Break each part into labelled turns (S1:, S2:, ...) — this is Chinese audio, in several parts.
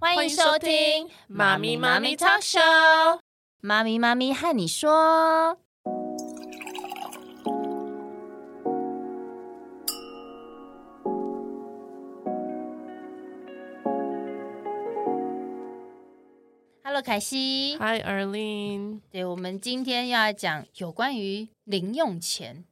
S1: 欢迎收听《妈咪妈咪 Talk Show》。
S2: 妈咪妈咪和你说，Hello，凯西。
S1: Hi Erlin，
S2: 对，我们今天要来讲有关于零用钱，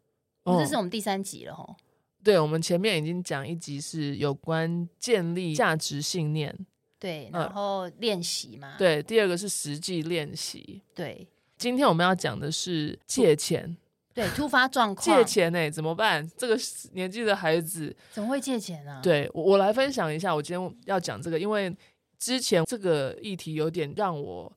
S2: 我
S1: 哦
S2: 们这是我们第三集了吼。
S1: 对我们前面已经讲一集是有关建立价值信念，
S2: 对，
S1: 嗯
S2: 然后练习嘛，
S1: 对，第二个是实际练习。
S2: 对
S1: 今天我们要讲的是借
S2: 嗯
S1: 钱，
S2: 对，突发状况，
S1: 借钱呢、哎怎么办？这个年纪的孩子，
S2: 怎么会借钱啊？
S1: 对我我来分享一下，我今天要讲这个，因为之前这个议题有点让我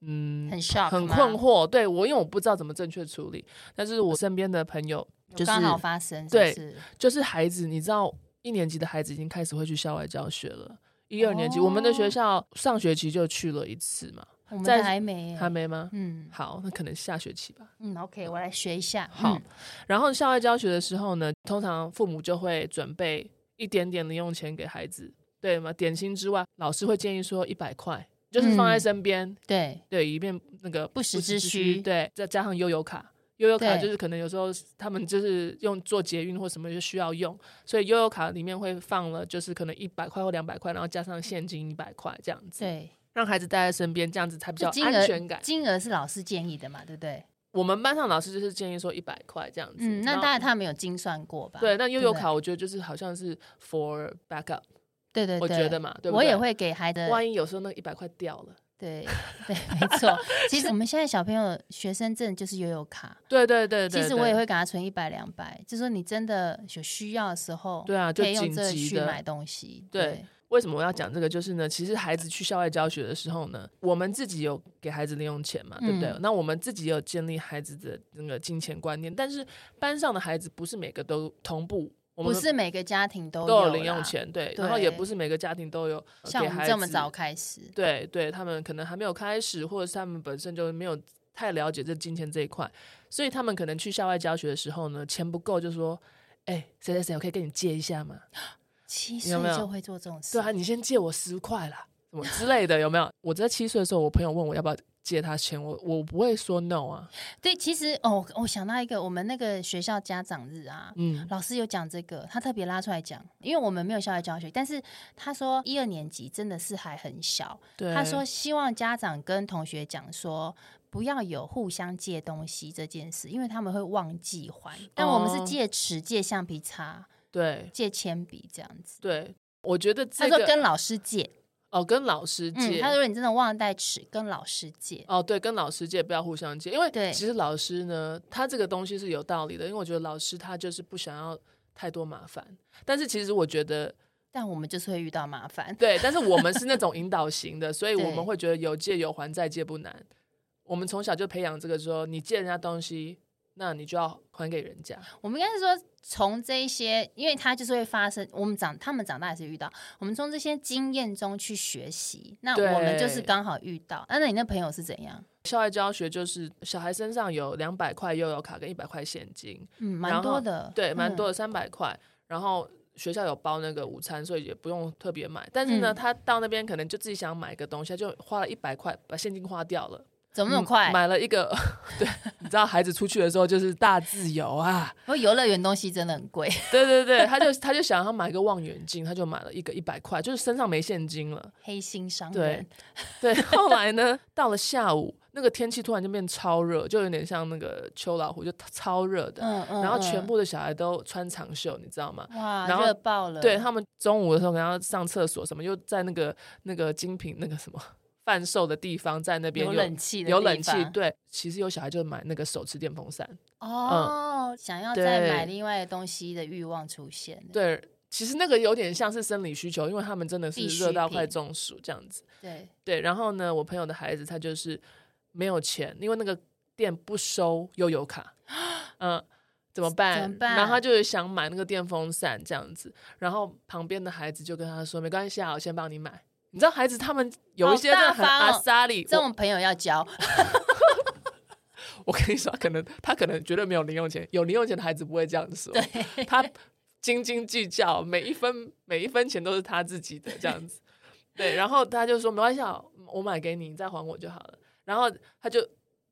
S1: 嗯
S2: 很 shock，
S1: 很
S2: 吗
S1: 困惑，对我因为我不知道怎么正确处理，但是我身边的朋友就是
S2: 刚好发生，
S1: 对
S2: 是不是
S1: 就是孩子，你知道一年级的孩子已经开始会去校外教学了。一二年级，我们的
S2: 哦
S1: 学校上学期就去了一次嘛，
S2: 我们
S1: 在
S2: 的还没耶，
S1: 还没吗？
S2: 嗯
S1: 好，那可能下学期吧。
S2: 嗯，OK，我来学一下。
S1: 好
S2: 嗯，
S1: 然后校外教学的时候呢，通常父母就会准备一点点零用钱给孩子，对吗？点心之外，老师会建议说一百块，就是放在
S2: 嗯
S1: 身边，
S2: 对
S1: 对，以便那个
S2: 不时之需
S1: 对，再加上悠游卡，悠游卡
S2: 对
S1: 就是可能有时候他们就是用做捷运或什么就需要用，所以悠游卡里面会放了就是可能一百块或两百块，然后加上现金一百块这样子，
S2: 对，
S1: 让孩子带在身边，这样子才比较
S2: 这金
S1: 安全
S2: 额
S1: 感。
S2: 金额是老师建议的嘛，对不对？
S1: 我们班上老师就是建议说一百块这样子，
S2: 嗯，那
S1: 然后
S2: 当然他没有精算过吧？
S1: 对，那悠
S2: 不
S1: 游
S2: 对
S1: 卡我觉得就是好像是 for backup，
S2: 对对，
S1: 我
S2: 对
S1: 觉得，嘛，对不
S2: 我
S1: 对？
S2: 也。会给孩子，
S1: 万一有时候那一百块掉了，
S2: 对 对，没错。其实我们现在小朋友学生证就是悠游卡，
S1: 对对对
S2: 其
S1: 对，
S2: 实
S1: 对
S2: 我也会给他存一百两百，就说你真的有需要的时候，
S1: 对啊就
S2: 可以用
S1: 紧
S2: 这
S1: 急
S2: 去
S1: 的
S2: 买东西。
S1: 对
S2: 对
S1: 为什么我要讲这个？就是呢，其实孩子去校外教学的时候呢，我们自己有给孩子零用钱嘛，对不对？
S2: 嗯
S1: 那我们自己也有建立孩子的那个金钱观念，但是班上的孩子不是每个都同步，我
S2: 不
S1: 们
S2: 是每个家庭都
S1: 都有
S2: 啦
S1: 零用，钱，对，然后
S2: 对
S1: 也不是每个家庭都有呃
S2: 像
S1: 给
S2: 我们
S1: 孩
S2: 这么
S1: 子
S2: 早开始，
S1: 对对，他们可能还没有开始，或者是他们本身就没有太了解这金钱这一块，所以他们可能去校外教学的时候呢，钱不够就说，哎、谁谁谁，我可以跟你借一下吗？
S2: 七
S1: 有
S2: 岁
S1: 没有
S2: 就会做这种事
S1: 对，啊，你先借我十块啦，什么之类的，有没有？我在七岁的时候，我朋友问我要不要借他钱，我我不会说 no 啊，
S2: 对，其实哦，我想到一个，我们那个学校家长日啊，
S1: 嗯，
S2: 老师有讲这个，他特别拉出来讲，因为我们没有校外教学，但是他说一二年级真的是还很小，
S1: 对。
S2: 他说希望家长跟同学讲说。不要有互相借东西这件事，因为他们会忘记还。但我们是
S1: 哦
S2: 借尺、借橡皮擦、
S1: 对
S2: 借铅笔这样子。
S1: 对，我觉得
S2: 他
S1: 这
S2: 说
S1: 个
S2: 跟老师借，
S1: 哦跟老师
S2: 嗯，
S1: 借。
S2: 他说你真的忘了带尺，跟老师借。
S1: 哦，对，跟老师借，不要互相借，因为
S2: 对
S1: 其实老师呢，他这个东西是有道理的，因为我觉得老师他就是不想要太多麻烦，但是其实我觉得
S2: 但我们就是会遇到麻烦。
S1: 对，但是我们是那种引导型的，所以我
S2: 对
S1: 们会觉得有借有还，再借不难。我们从小就培养这个说，你借人家东西，那你就要还给人家。
S2: 我们应该是说，从这一些，因为它就是会发生，我们长他们长大也是遇到，我们从这些经验中去学习。那
S1: 对
S2: 我们就是刚好遇到。啊那那你那朋友是怎样？
S1: 校外教学就是小孩身上有两百块悠游卡跟一百块现金，
S2: 嗯，
S1: 然
S2: 蛮
S1: 后
S2: 多的，
S1: 对，蛮多
S2: 嗯
S1: 的三百块，然后。学校有包那个午餐，所以也不用特别买。但是呢，
S2: 嗯
S1: 他到那边可能就自己想买个东西，他就花了一百块把现金花掉了，
S2: 怎么那么
S1: 嗯
S2: 快？
S1: 买了一个。 对，你知道孩子出去的时候就是大自由啊，
S2: 不过游乐园东西真的很贵，
S1: 对对对，他就他就想要买个望远镜，他就买了一个一百块，就是身上没现金了。
S2: 黑心商人
S1: 对。对，后来呢，到了下午，那个天气突然就变超热，就有点像那个秋老虎，就超热的。
S2: 嗯嗯
S1: 然后全部的小孩都穿长袖，你知道吗？
S2: 嗯哇，
S1: 然后
S2: 热爆了。
S1: 对他们中午的时候，可能要上厕所什么，又在那个那个精品那个什么贩售的地方，在那边
S2: 有冷气的
S1: 有冷
S2: 地
S1: 气。
S2: 方嗯
S1: 对，其实有小孩就买那个手持电风扇。
S2: 哦，想要再
S1: 嗯对
S2: 买另外的东西的欲望出现了。
S1: 对，其实那个有点像是生理需求，因为他们真的是
S2: 必需
S1: 热到快
S2: 品
S1: 中暑这样子。
S2: 对
S1: 对，然后呢，我朋友的孩子他就是没有钱，因为那个店不收悠游卡，嗯、怎么办？
S2: 怎么办
S1: 然后他就是想买那个电风扇这样子，然后旁边的孩子就跟他说：“没关系啊，我先帮你买。”你知道孩子他们有一些
S2: 好
S1: 真
S2: 大
S1: 的很
S2: 方哦
S1: 阿莎里，
S2: 这种朋友要交，
S1: 我我跟你说，他可能他可能绝对没有零用钱，有零用钱的孩子不哦会这样说，他斤斤计较，每一分每一分钱都是他自己的这样子。对，然后他就说没关系啊，我买给你，你再还我就好了。然后他就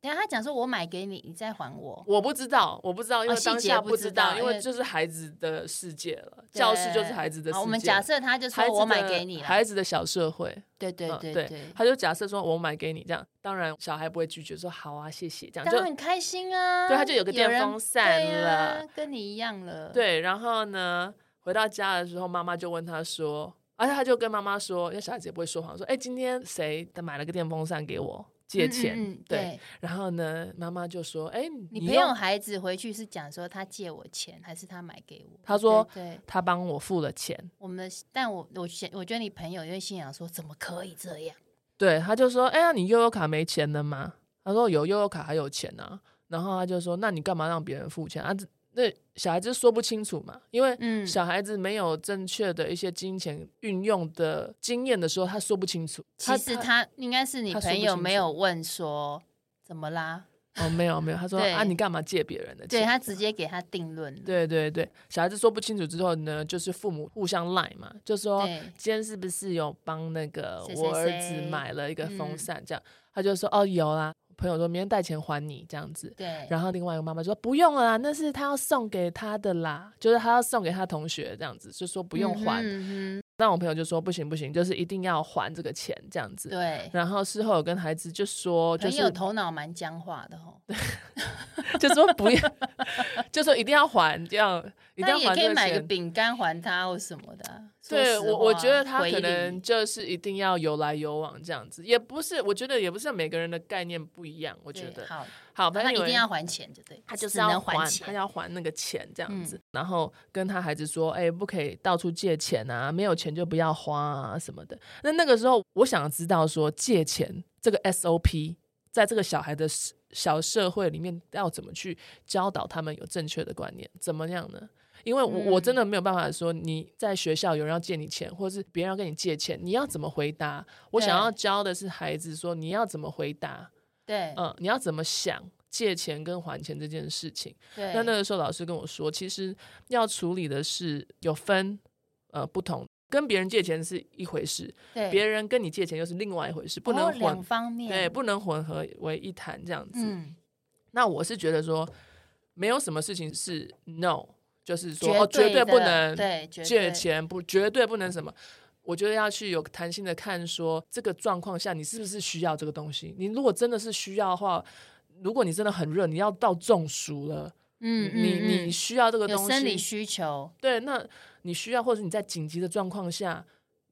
S2: 等一下他讲说，我买给你，你再还我。
S1: 我不知道，我不知道，因
S2: 哦
S1: 为
S2: 细
S1: 当
S2: 节
S1: 下
S2: 不
S1: 不
S2: 知
S1: 知
S2: 道
S1: 道，因
S2: 因
S1: 为
S2: 为
S1: 就是孩子的世界了，教室就是
S2: 对
S1: 孩子的世界。
S2: 好，我们假设他就
S1: 孩
S2: 说
S1: 子
S2: 我买
S1: 的
S2: 给你了，
S1: 孩子的小社会，
S2: 对对
S1: 嗯
S2: 对
S1: 对，他就假设说我买给你这样，当然小孩不会拒绝，说好啊，谢谢这样
S2: 当然
S1: 就
S2: 很开心啊。
S1: 对他就有个电
S2: 人
S1: 风扇
S2: 对啊
S1: 了
S2: 跟你一样了。，嗯
S1: 对。然后呢，回到家的时候，妈妈就问他说，而且他就跟妈妈说，因为小孩子也不会说谎，说哎，今天谁买了个电风扇给我借钱？
S2: 嗯嗯
S1: 对
S2: 对
S1: 然后呢，妈妈就说，哎，
S2: 你
S1: 你
S2: 朋友
S1: 用
S2: 孩子回去是讲说他借我钱，还是他买给我？
S1: 他说
S2: 对对
S1: 他帮我付了钱。
S2: 我们的，但我我先我觉得你朋友因为心想说，怎么可以这样？
S1: 对，他就说：“哎、呀，你悠悠卡没钱了吗？”他说：“有悠悠卡还有钱啊。”然后他就说：“那你干嘛让别人付钱啊？”这那小孩子说不清楚嘛，因为
S2: 嗯
S1: 小孩子没有正确的一些金钱运用的经验的时候，他说不清楚。
S2: 其实他应该是你
S1: 他说不
S2: 朋友
S1: 清
S2: 没
S1: 楚
S2: 有问说怎么啦，
S1: 哦，没有没有，他说：“
S2: 对
S1: 啊，你干嘛借别人的钱？”
S2: 对他直接给他定论了。
S1: 对对对，小孩子说不清楚之后呢，就是父母互相赖嘛，就说
S2: 对
S1: 今天是不是有帮那个
S2: 谁谁
S1: 我儿子
S2: 谁
S1: 买了一个风
S2: 嗯
S1: 扇？这样，他就说哦有啦，朋友说明天带钱还你这样子。
S2: 对，
S1: 然后另外一个妈妈说不用了啦，那是他要送给他的啦，就是他要送给他同学这样子，就说不
S2: 不
S1: 用还。
S2: 嗯哼
S1: 那我朋友就说不行不行，就是一定要还这个钱这样子。
S2: 对，
S1: 然后事后有跟孩子就说，就
S2: 朋友
S1: 是
S2: 头脑蛮僵化的吼，
S1: 就说不要，就说一定要还，这样一定
S2: 那
S1: 要
S2: 也
S1: 还
S2: 可
S1: 这
S2: 以
S1: 个
S2: 买个
S1: 钱。
S2: 饼干还他或什么的啊。说
S1: 对
S2: 实
S1: 我，我
S2: 话
S1: 觉得他
S2: 回
S1: 可
S2: 礼
S1: 能就是一定要有来有往这样子，也不是，我觉得也不是每个人的概念不一样。我觉
S2: 对
S1: 得
S2: 好，
S1: 好，反
S2: 那
S1: 正
S2: 一
S1: 有
S2: 定
S1: 人
S2: 要还钱，就对，
S1: 他就是
S2: 只
S1: 要
S2: 能还
S1: 他
S2: 钱。嗯
S1: 要还那个钱这样子，然后跟他孩子说，哎、不可以到处借钱啊，没有钱就不要花啊什么的。那那个时候，我想知道说借钱这个 SOP，在这个小孩的社小社会里面，要怎么去教导他们有正确的观念，怎么样呢？因为我、我真
S2: 嗯
S1: 的没有办法说你在学校有人要借你钱，或者是别人要跟你借钱，你要怎么回答？我想
S2: 对
S1: 要教的是孩子说你要怎么回答，
S2: 对
S1: 嗯，你要怎么想借钱跟还钱这件事情。
S2: 对，
S1: 那那个时候老师跟我说，其实要处理的是有分呃不同，跟别人借钱是一回事，
S2: 对
S1: 别人跟你借钱又是另外一回事，不
S2: 哦
S1: 能混、
S2: 两方面，
S1: 对，不能混合为一谈这样子。
S2: 嗯，
S1: 那我是觉得说，没有什么事情是 no，就是说哦
S2: 绝
S1: 绝对不
S2: 的
S1: 能
S2: 对绝
S1: 借
S2: 对
S1: 钱不绝对不能什么。我觉得要去有弹性的看说，这个状况下你是不是需要这个东西。你如果真的是需要的话，如果你真的很热，你要到中暑了，
S2: 嗯嗯
S1: 你你
S2: 嗯
S1: 需要这个
S2: 有
S1: 东
S2: 生理
S1: 西，
S2: 需求，
S1: 对，那你需要，或者你在紧急的状况下，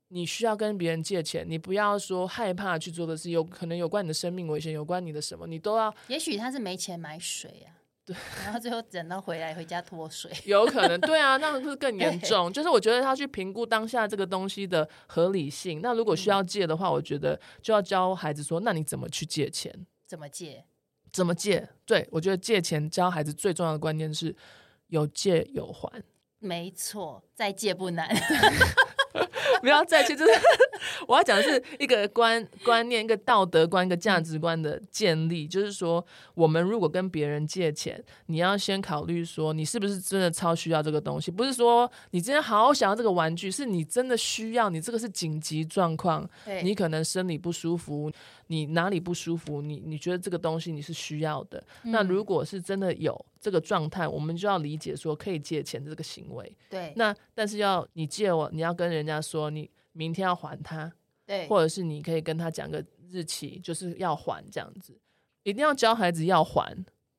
S1: 你需要跟别人借钱，你不要说害怕去做的事，有可能有关你的生命危险，有关你的什么，你都要
S2: 也许他是没钱买水啊，对，然后最后等到回来回家脱水，
S1: 有可能，对啊，那不是更严重？就是我觉得他去评估当下这个东西的合理性。那如果需要借的话，我觉得就要教孩子说，那你怎么去借钱？
S2: 怎么借？
S1: 怎么借？对我觉得借钱教孩子最重要的观念是有借有还，
S2: 没错，再借不难，
S1: 不要再借。就是 我要讲的是一个观观念、一个道德观、一个价值观的建立。就是说，我们如果跟别人借钱，你要先考虑说，你是不是真的超需要这个东西？不是说你今天好想要这个玩具，是你真的需要，你这个是紧急状况，
S2: 对，
S1: 你可能生理不舒服，你哪里不舒服，你你觉得这个东西你是需要的。那如果是真的有这个状态，我们就要理解说可以借钱这个行为。
S2: 对
S1: 那但是要你借我，你要跟人家说你明天要还他，
S2: 对，
S1: 或者是你可以跟他讲个日期，就是要还这样子，一定要教孩子要还。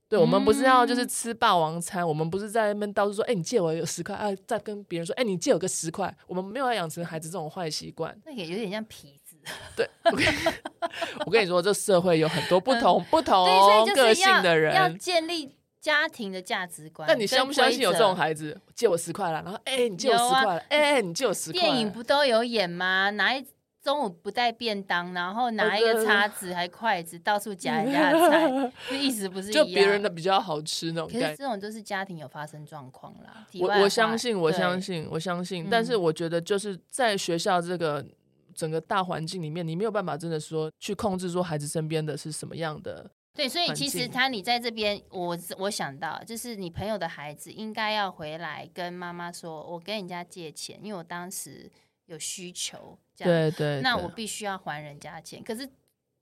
S1: 对，我们不是要就是
S2: 嗯
S1: 吃霸王餐，我们不是在那边到处说，哎、你借我有十块啊，再跟别人说，哎、你借我个十块，我们没有要养成孩子这种坏习惯。
S2: 那也有点像痞子，
S1: 对，我跟我跟你说，这社会有很多不同、不
S2: 嗯对，所
S1: 同
S2: 以就是
S1: 哦个
S2: 要
S1: 性的
S2: 要
S1: 人。
S2: 建立家庭的价值观。
S1: 但你相不相信有这种
S2: 还？
S1: 孩子借我十块啦，然后哎、你借我
S2: 有
S1: 十
S2: 啊
S1: 块啦，哎、你借我十块啦。
S2: 电影不都有演吗？拿一中午不带便当，然后拿一
S1: 哦
S2: 个
S1: 对
S2: 叉子还筷子到处夹人家的菜，那意思不是一
S1: 就
S2: 样？
S1: 别人的比较好吃那种
S2: 可
S1: 感
S2: 是
S1: 觉。
S2: 这种就是家庭有发生状况啦。题
S1: 我
S2: 外话
S1: 我相信，我
S2: 对嗯
S1: 相信，我相信。但是我觉得就是在学校这个整个大环境里面，你没有办法真的说去控制说孩子身边的是什么样的。
S2: 对，所以
S1: 环
S2: 其实
S1: 境
S2: 他你在这边，我我想到就是你朋友的孩子应该要回来跟妈妈说，我跟人家借钱，因为我当时有需求，这样，
S1: 对对，
S2: 那
S1: 对
S2: 我必须要还人家钱，可是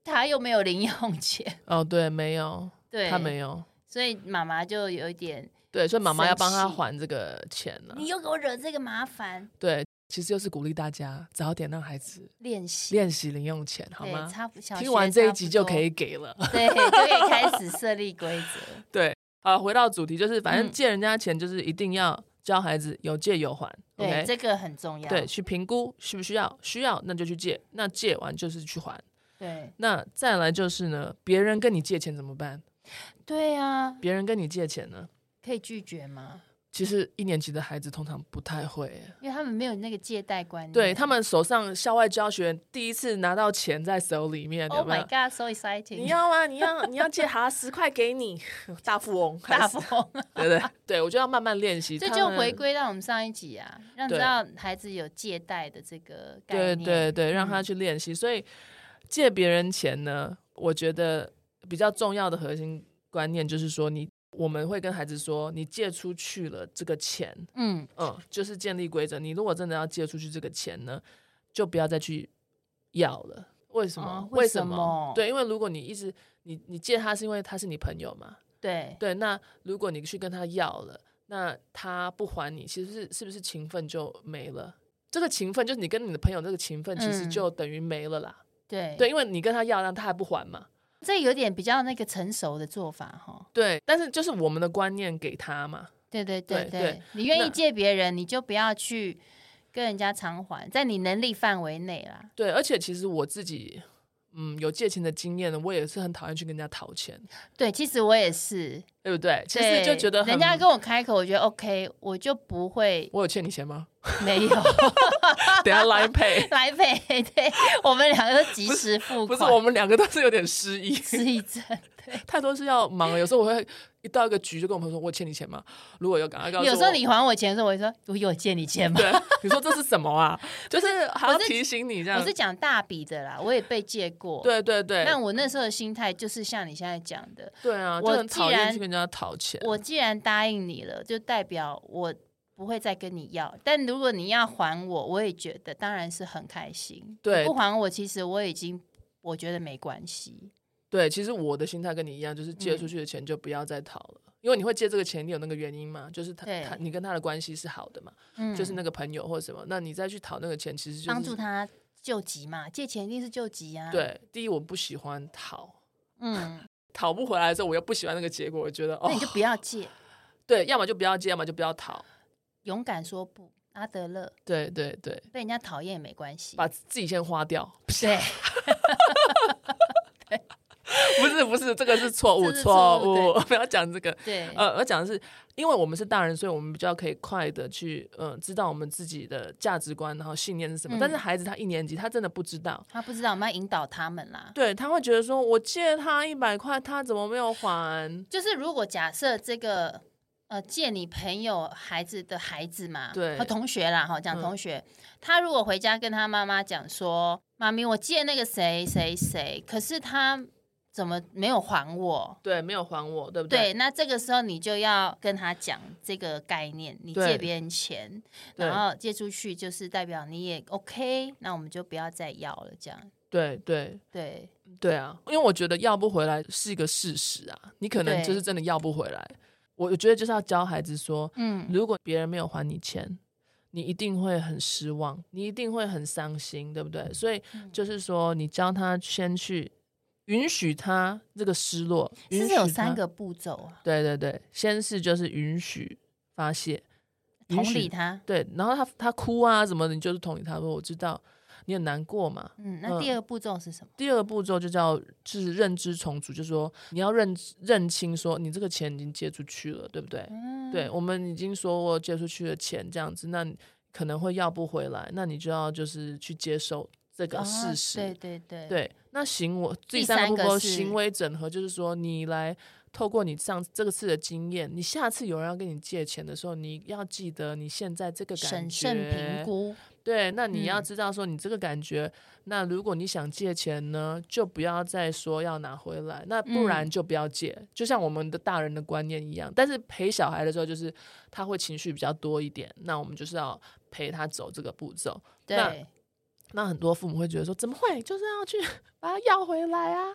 S2: 他又没有零用钱，
S1: 哦对没有，
S2: 对，
S1: 他没有，
S2: 所以妈妈就有一点，
S1: 对，所以妈妈要帮他
S2: 生气
S1: 还这个钱呢、
S2: 你又给我惹这个麻烦，
S1: 对，其实就是鼓励大家早点让孩子
S2: 练习，
S1: 练习零用钱，好
S2: 对，
S1: 吗？
S2: 差不小
S1: 听
S2: 学
S1: 完这
S2: 差
S1: 一集
S2: 不
S1: 就
S2: 多
S1: 可以，给了。
S2: 对，就可以开始设立规则，
S1: 对，好，回到主题，就是反正
S2: 嗯
S1: 借人家钱就是一定要教孩子有借有还
S2: 对，
S1: ，OK？
S2: 这个很重要，
S1: 对，去评估需不需要，需要那就去借，那借完就是去还。
S2: 对
S1: 那再来就是呢，别人跟你借钱怎么办？
S2: 对啊，
S1: 别人跟你借钱呢，
S2: 可以拒绝吗？
S1: 其实一年级的孩子通常不太会耶，
S2: 因为他们没有那个借贷观念，
S1: 对他们手上校外教学第一次拿到钱在手里面，有
S2: ，Oh
S1: 没
S2: my
S1: 有？
S2: God，so exciting，
S1: 你要吗？你要你要借好啊十块给你， 大富翁，
S2: 大
S1: 富，
S2: 风。
S1: 对对对，我就要慢慢练习。
S2: 这
S1: 他
S2: 就
S1: 们
S2: 回归到我们上一集啊，让
S1: 对
S2: 知道孩子有借贷的这个概
S1: 对
S2: 念。
S1: 对对，让他
S2: 嗯
S1: 去练习。所以借别人钱呢，我觉得比较重要的核心观念就是说你，我们会跟孩子说，你借出去了这个钱，
S2: 嗯，
S1: 嗯，就是建立规则。你如果真的要借出去这个钱呢，就不要再去要了。为什么？
S2: 啊为
S1: 为
S2: 什么
S1: 对，因为如果你一直你你借他是因为他是你朋友嘛，
S2: 对
S1: 对。那如果你去跟他要了，那他不还你，其实是是不是情分就没了？这个情分就是你跟你的朋友这个情分，其实
S2: 嗯
S1: 就等于没了啦。
S2: 对
S1: 对，，因为你跟他要，但他还不还嘛。
S2: 这有点比较那个成熟的做法哈。
S1: 对，但是就是我们的观念给他嘛，
S2: 对对对
S1: 对对
S2: 你愿
S1: 那
S2: 意借别人，你就不要去跟人家偿还，在你能力范围内啦。
S1: 对，而且其实我自己，嗯，有借钱的经验呢，我也是很讨厌去跟人家讨钱，
S2: 对，其实我也是，
S1: 对不对？其
S2: 对
S1: 实就觉得很
S2: 人家跟我开口，我觉得 OK，我就不会
S1: 我有欠你钱吗？
S2: 没 有
S1: 等一下 Line Pay，
S2: 来赔。对我们两个都及时付
S1: 不
S2: 款，
S1: 是我们两个都是有点失忆，
S2: 失忆症。
S1: 太多是要忙了。有时候我会一到一个局就跟我朋友说，我欠你钱吗？如果有，赶快告诉我。
S2: 有时候你还我钱的时候，我会说哎我有借你钱吗？
S1: 对，你说这是什 么啊？就是还要
S2: 我是
S1: 提醒你这
S2: 我
S1: 样
S2: 是。讲大笔的啦，我也被借过。，
S1: 对对对，
S2: 那我那时候的心态就是像你现在讲的，
S1: 对啊，就
S2: 我
S1: 很
S2: 既
S1: 讨厌
S2: 然
S1: 去跟人家讨钱。
S2: 我既然答应你了，就代表我不会再跟你要。但如果你要还我，我也觉得当然是很开心。
S1: 对
S2: 你不还我，其实我已经我觉得没关系。
S1: 对，其实我的心态跟你一样，就是
S2: 嗯
S1: 借出去的钱就不要再讨了，因为你会借这个钱，你有那个原因嘛，就是他
S2: 对
S1: 他你跟他的关系是好的嘛，
S2: 嗯，
S1: 就是那个朋友或者什么，那你再去讨那个钱，其实就是
S2: 帮助。他救急嘛，借钱一定是救急啊。，
S1: 对，第一我不喜欢讨，
S2: 嗯，
S1: 讨不回来的时候，我又不喜欢那个结果，我觉得哦
S2: 那你，就不要借，
S1: 对，要么就不要借，要么就不要讨，
S2: 勇敢说不。阿德勒
S1: 对对对，
S2: 被人家讨厌也没关系，
S1: 把自己先花掉，
S2: 对。
S1: 不是不是，这个是错误
S2: 这是
S1: 错
S2: 错误
S1: 误， 不要讲这个。
S2: 对，
S1: 呃，我讲的是，因为我们是大人，所以我们比较可以快的去，呃，知道我们自己的价值观，然后信念是什么。但是
S2: 嗯
S1: 孩子他一年级，他真的不知道，
S2: 他不知道我们要引导他们啦。
S1: 对他会觉得说，我借他一百块，他怎么没有还？
S2: 就是如果假设这个呃借你朋友孩子的孩子嘛，
S1: 对
S2: 和同学啦哈，讲
S1: 嗯
S2: 同学，他如果回家跟他妈妈讲说，妈咪，我借那个谁谁谁，可是他怎么没有还我？
S1: 对，没有还我，对不
S2: 对，那这个时候你就要跟他讲这个概念，你
S1: 对
S2: 借别人钱，
S1: 对
S2: 然后借出去就是代表你也 OK，那我们就不要再要了，这样
S1: 对对
S2: 对
S1: 对啊，因为我觉得要不回来是一个事实啊，你可能
S2: 对
S1: 就是真的要不回来。我我觉得就是要教孩子说，
S2: 嗯，
S1: 如果别人没有还你钱，你一定会很失望，你一定会很伤心，对不对？所以
S2: 嗯
S1: 就是说，你教他先去允许他这个失落，
S2: 是
S1: 允
S2: 不
S1: 许
S2: 是有
S1: 他
S2: 三，个步骤啊？
S1: 对对对，先是就是允许发泄，
S2: 同
S1: 允许
S2: 理他，
S1: 对，然后他他哭啊什么的，你就是同理他说我知道你很难过嘛。
S2: 嗯，那
S1: 嗯
S2: 第二个步骤是什么？
S1: 第二个步骤就叫就是认知重组，就是说你要认认清说你这个钱已经借出去了，对不对？
S2: 嗯
S1: 对，我们已经说过借出去的钱这样子，那你可能会要不回来，那你就要就是去接受这个
S2: 啊
S1: 事实。
S2: 对对对，
S1: 对那行我第
S2: 第
S1: 三
S2: 三
S1: 个步
S2: 个
S1: 骤
S2: 是
S1: 行为整合，就是说你来透过你上这个次的经验，你下次有人要跟你借钱的时候，你要记得你现在这个感
S2: 审
S1: 觉，
S2: 慎评估，
S1: 对，那你要
S2: 嗯
S1: 知道说你这个感觉，那如果你想借钱呢，就不要再说要拿回来，那不然
S2: 嗯
S1: 就不要借，就像我们的大人的观念一样。但是陪小孩的时候，就是他会情绪比较多一点，那我们就是要陪他走这个步骤。那
S2: 对
S1: 那很多父母会觉得说，怎么会，就是要去把它要回来 啊？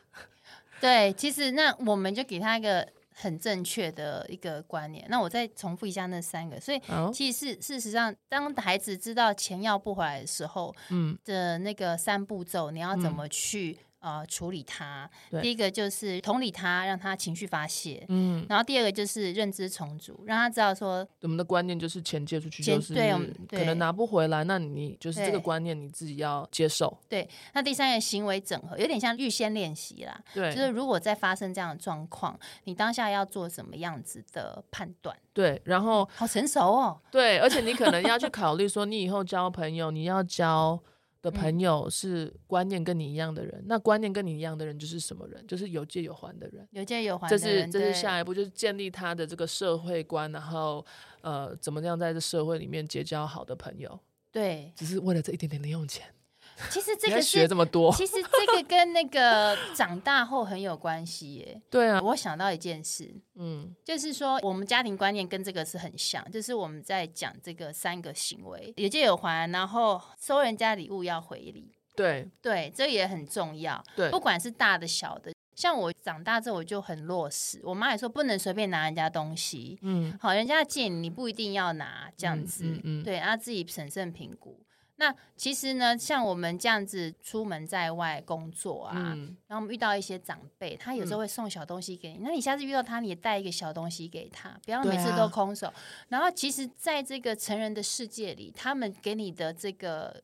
S2: 对，其实那我们就给他一个很正确的一个观念。那我再重复一下那三个，所以
S1: 好，
S2: 其实是事实上，当孩子知道钱要不回来的时候
S1: 嗯，
S2: 的那个三步骤，你要怎
S1: 嗯
S2: 么去、呃处理它？
S1: 对
S2: 第一个就是同理他，让他情绪发泄。
S1: 嗯，
S2: 然后第二个就是认知重组，让他知道说，
S1: 我们的观念就是钱借出去
S2: 钱
S1: 就是
S2: 对我们
S1: 可
S2: 对
S1: 能拿不回来，那你就是这
S2: 对
S1: 个观念你自己要接受。
S2: 对。那第三个行为整合，有点像预先练习啦，
S1: 对，
S2: 就是如果再发生这样的状况，你当下要做什么样子的判断？
S1: 对，然后
S2: 好成熟哦，
S1: 对，而且你可能要去考虑说，你以后交朋友，你要交
S2: 嗯
S1: 的朋友是观念跟你一样的人。那观念跟你一样的人就是什么人？就是有借有还的人。
S2: 有借有还
S1: 这
S2: 的
S1: 是
S2: 人，
S1: 这是
S2: 对
S1: 下一步，就是建立他的这个社会观，然后呃，怎么样在这社会里面结交好的朋友，
S2: 对。
S1: 只是为了这一点点零用钱，
S2: 其实这
S1: 你
S2: 个
S1: 还学
S2: 是
S1: 这么多，
S2: 其实这个跟那个长大后很有关系耶。
S1: 对啊，
S2: 我想到一件事，
S1: 嗯
S2: 就是说我们家庭观念跟这个是很像，就是我们在讲这个三个行为，有借有还，然后收人家礼物要回礼，
S1: 对
S2: 对，这也很重要。
S1: 对
S2: 不管是大的小的，像我长大之后我就很落实，我妈也说不能随便拿人家东西，
S1: 嗯
S2: 好，人家借你，你不一定要拿这样
S1: 嗯
S2: 子，
S1: 嗯嗯
S2: 对，啊，自己审慎评估。那其实呢，像我们这样子出门在外工作啊，
S1: 嗯
S2: 然后我们遇到一些长辈，他有时候会送小东西给你，那你下次遇到他，你也带一个小东西给他，不要
S1: 对
S2: 每次
S1: 啊
S2: 都空手。然后其实，在这个成人的世界里，他们给你的这个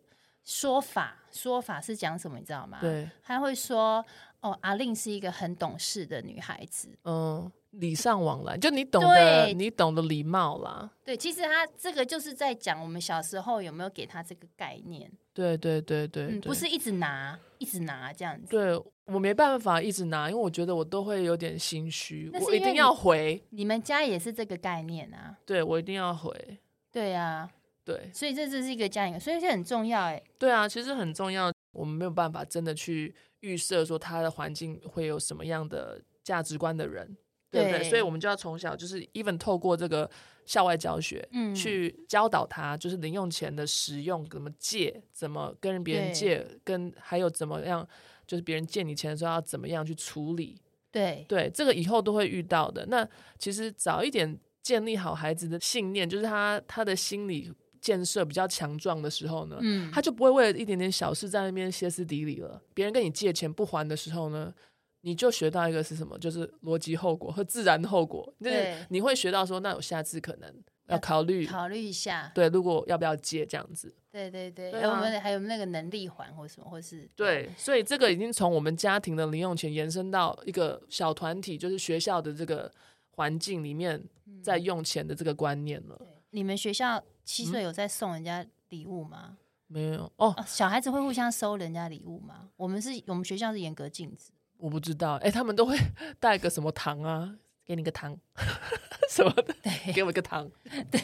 S2: 说法，说法是讲什么，你知道吗？，
S1: 对
S2: 他会说，哦，阿令是一个很懂事的女孩子，
S1: 嗯，礼尚往来，就你懂得
S2: 对
S1: 你懂得礼貌啦，
S2: 对，其实他这个就是在讲我们小时候有没有给他这个概念，
S1: 对对对对
S2: 嗯，
S1: 对，
S2: 不是一直拿，一直拿这样子。
S1: 对我没办法一直拿，因为我觉得我都会有点心虚，
S2: 那是
S1: 我一
S2: 因为
S1: 定
S2: 你
S1: 要回，
S2: 你们家也是这个概念啊，
S1: 对我一定要回，
S2: 对啊，
S1: 对
S2: 所以这只是一个家庭，所以这很重要哎。
S1: 对啊，其实很重要，我们没有办法真的去预设说他的环境会有什么样的价值观的人，对不对？
S2: 对
S1: 所以我们就要从小就是 even 透过这个校外教学。
S2: 嗯，
S1: 去教导他，就是零用钱的使用，怎么借，怎么跟别人
S2: 对
S1: 借，跟还有怎么样，就是别人借你钱的时候要怎么样去处理，
S2: 对
S1: 对，这个以后都会遇到的。那其实早一点建立好孩子的信念，就是他他的心理建设比较强壮的时候呢，
S2: 嗯
S1: 啊他就不会为了一点点小事在那边歇斯底里了。别人跟你借钱不还的时候呢，你就学到一个是什么，就是逻辑后果和自然后果，就是
S2: 对
S1: 你会学到说，那我下次可能要
S2: 要
S1: 考虑。
S2: 考虑一下，
S1: 对，如果要不要借这样子，
S2: 对对对，
S1: 对
S2: 哎我
S1: 啊
S2: 们还有那个能力还或什么，或是
S1: 对，所以这个已经从我们家庭的零用钱延伸到一个小团体，就是学校的这个环境里面在用钱的这个观念了。
S2: 你们学校七
S1: 嗯
S2: 岁有在送人家礼物吗？
S1: 没有哦，
S2: 哦，小孩子会互相收人家礼物吗？我们是我们学校是严格禁止，
S1: 我不知道，哎，他们都会 带个什么糖啊，给你个糖 什么的，
S2: 对
S1: 给我一个糖，对，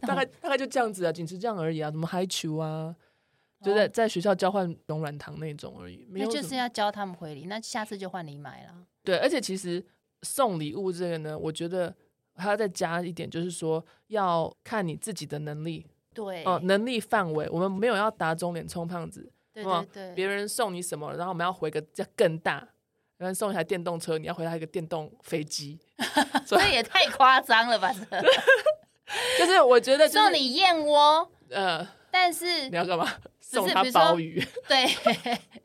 S1: 大概大概就这样子啊，仅是这样而已啊，什么嗨球啊，就在、
S2: 哦
S1: 在学校交换龙软糖那种而已，没
S2: 那
S1: 有
S2: 就
S1: 什么哦
S2: 是要教他们回礼，那下次就换你买了。
S1: 对，而且其实送礼物这个呢，我觉得还要再加一点，就是说要看你自己的能力
S2: 对，
S1: 哦、能力范围，我们没有要打肿脸充胖子，
S2: 对
S1: 好不好
S2: 对对，
S1: 别人送你什么，然后我们要回个这更大。别人送一台电动车，你要回他一个电动飞机，
S2: 这也太夸张了吧！ 这
S1: 就是我觉得、就是、
S2: 送你燕窝，
S1: 呃，
S2: 但是
S1: 你要干嘛？
S2: 是
S1: 送他
S2: 比如说
S1: 鲍鱼，
S2: 对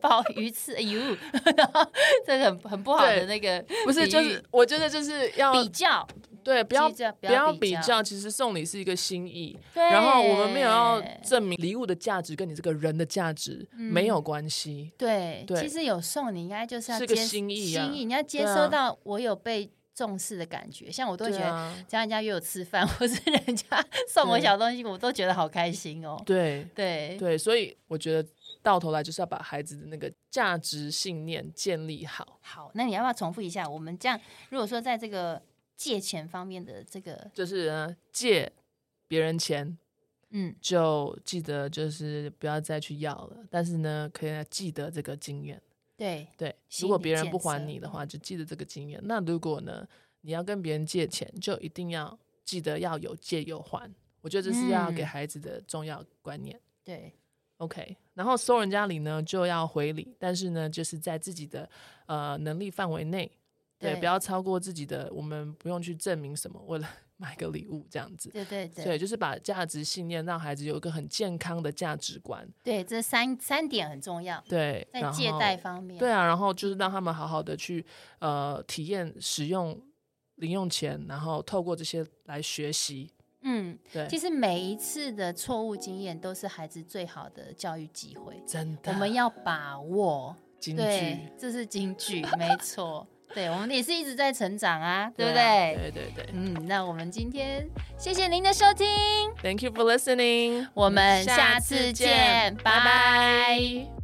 S2: 鲍鱼翅，哎呦， 然后这个很很不好的
S1: 对
S2: 那个
S1: 不是就是我觉得就是要
S2: 比较，
S1: 对，不要
S2: 比较
S1: 不要
S2: 比
S1: 比
S2: 较
S1: 较，其实送礼是一个心意，
S2: 对
S1: 然后我们没有要证明礼物的价值跟你这个人的价值没有关系。
S2: 对，
S1: 对
S2: 其实有送你应该就是要
S1: 是个
S2: 接
S1: 心意啊
S2: 心意你要接
S1: 对啊
S2: 收到我有被重视的感觉，像我都会觉
S1: 对
S2: 得。
S1: 啊，
S2: 只要人家约我吃饭，或是人家送我
S1: 对
S2: 小东西，我都觉得好开心哦。
S1: 对啊
S2: 对
S1: 对，所以我觉得到头来就是要把孩子的那个价值信念建立好，
S2: 好，那你要不要重复一下？我们这样，如果说在这个借钱方面的这个
S1: 就是呢借别人钱，
S2: 嗯，
S1: 就记得就是不要再去要了。但是呢，可以来记得这个经验。
S2: 对，
S1: 对，
S2: 心
S1: 如果
S2: 理
S1: 别人
S2: 建
S1: 不还
S2: 设嗯
S1: 你的话，就记得这个经验。那如果呢，你要跟别人借钱，就一定要记得要有借有还。我觉得这是要给
S2: 嗯
S1: 孩子的重要观念。
S2: 对，
S1: OK，然后收人家礼呢就要回礼，但是呢，就是在自己的呃能力范围内，对，
S2: 对
S1: 不要超过自己的，我们不用去证明什么，为了 买个礼物这样子。
S2: 对对
S1: 对，
S2: 对
S1: 就是把价值信念让孩子有一个很健康的价值观，
S2: 对，这三三点很重要，
S1: 对，
S2: 在
S1: 然
S2: 借
S1: 后
S2: 贷方面，
S1: 对啊，然后就是让他们好好的去呃体验使用零用钱，然后透过这些来学习。
S2: 嗯，
S1: 对，
S2: 其实每一次的错误经验都是孩子最好的教育机会，
S1: 真
S2: 我
S1: 的，
S2: 们要把握。
S1: 京
S2: 对
S1: 剧，，
S2: 这是京剧，没错。对，我们也是一直在成长啊，对不对？
S1: 啊对对对
S2: 嗯，那我们今天谢谢您的收听，
S1: ，Thank you for listening，
S2: 我们下次见，拜拜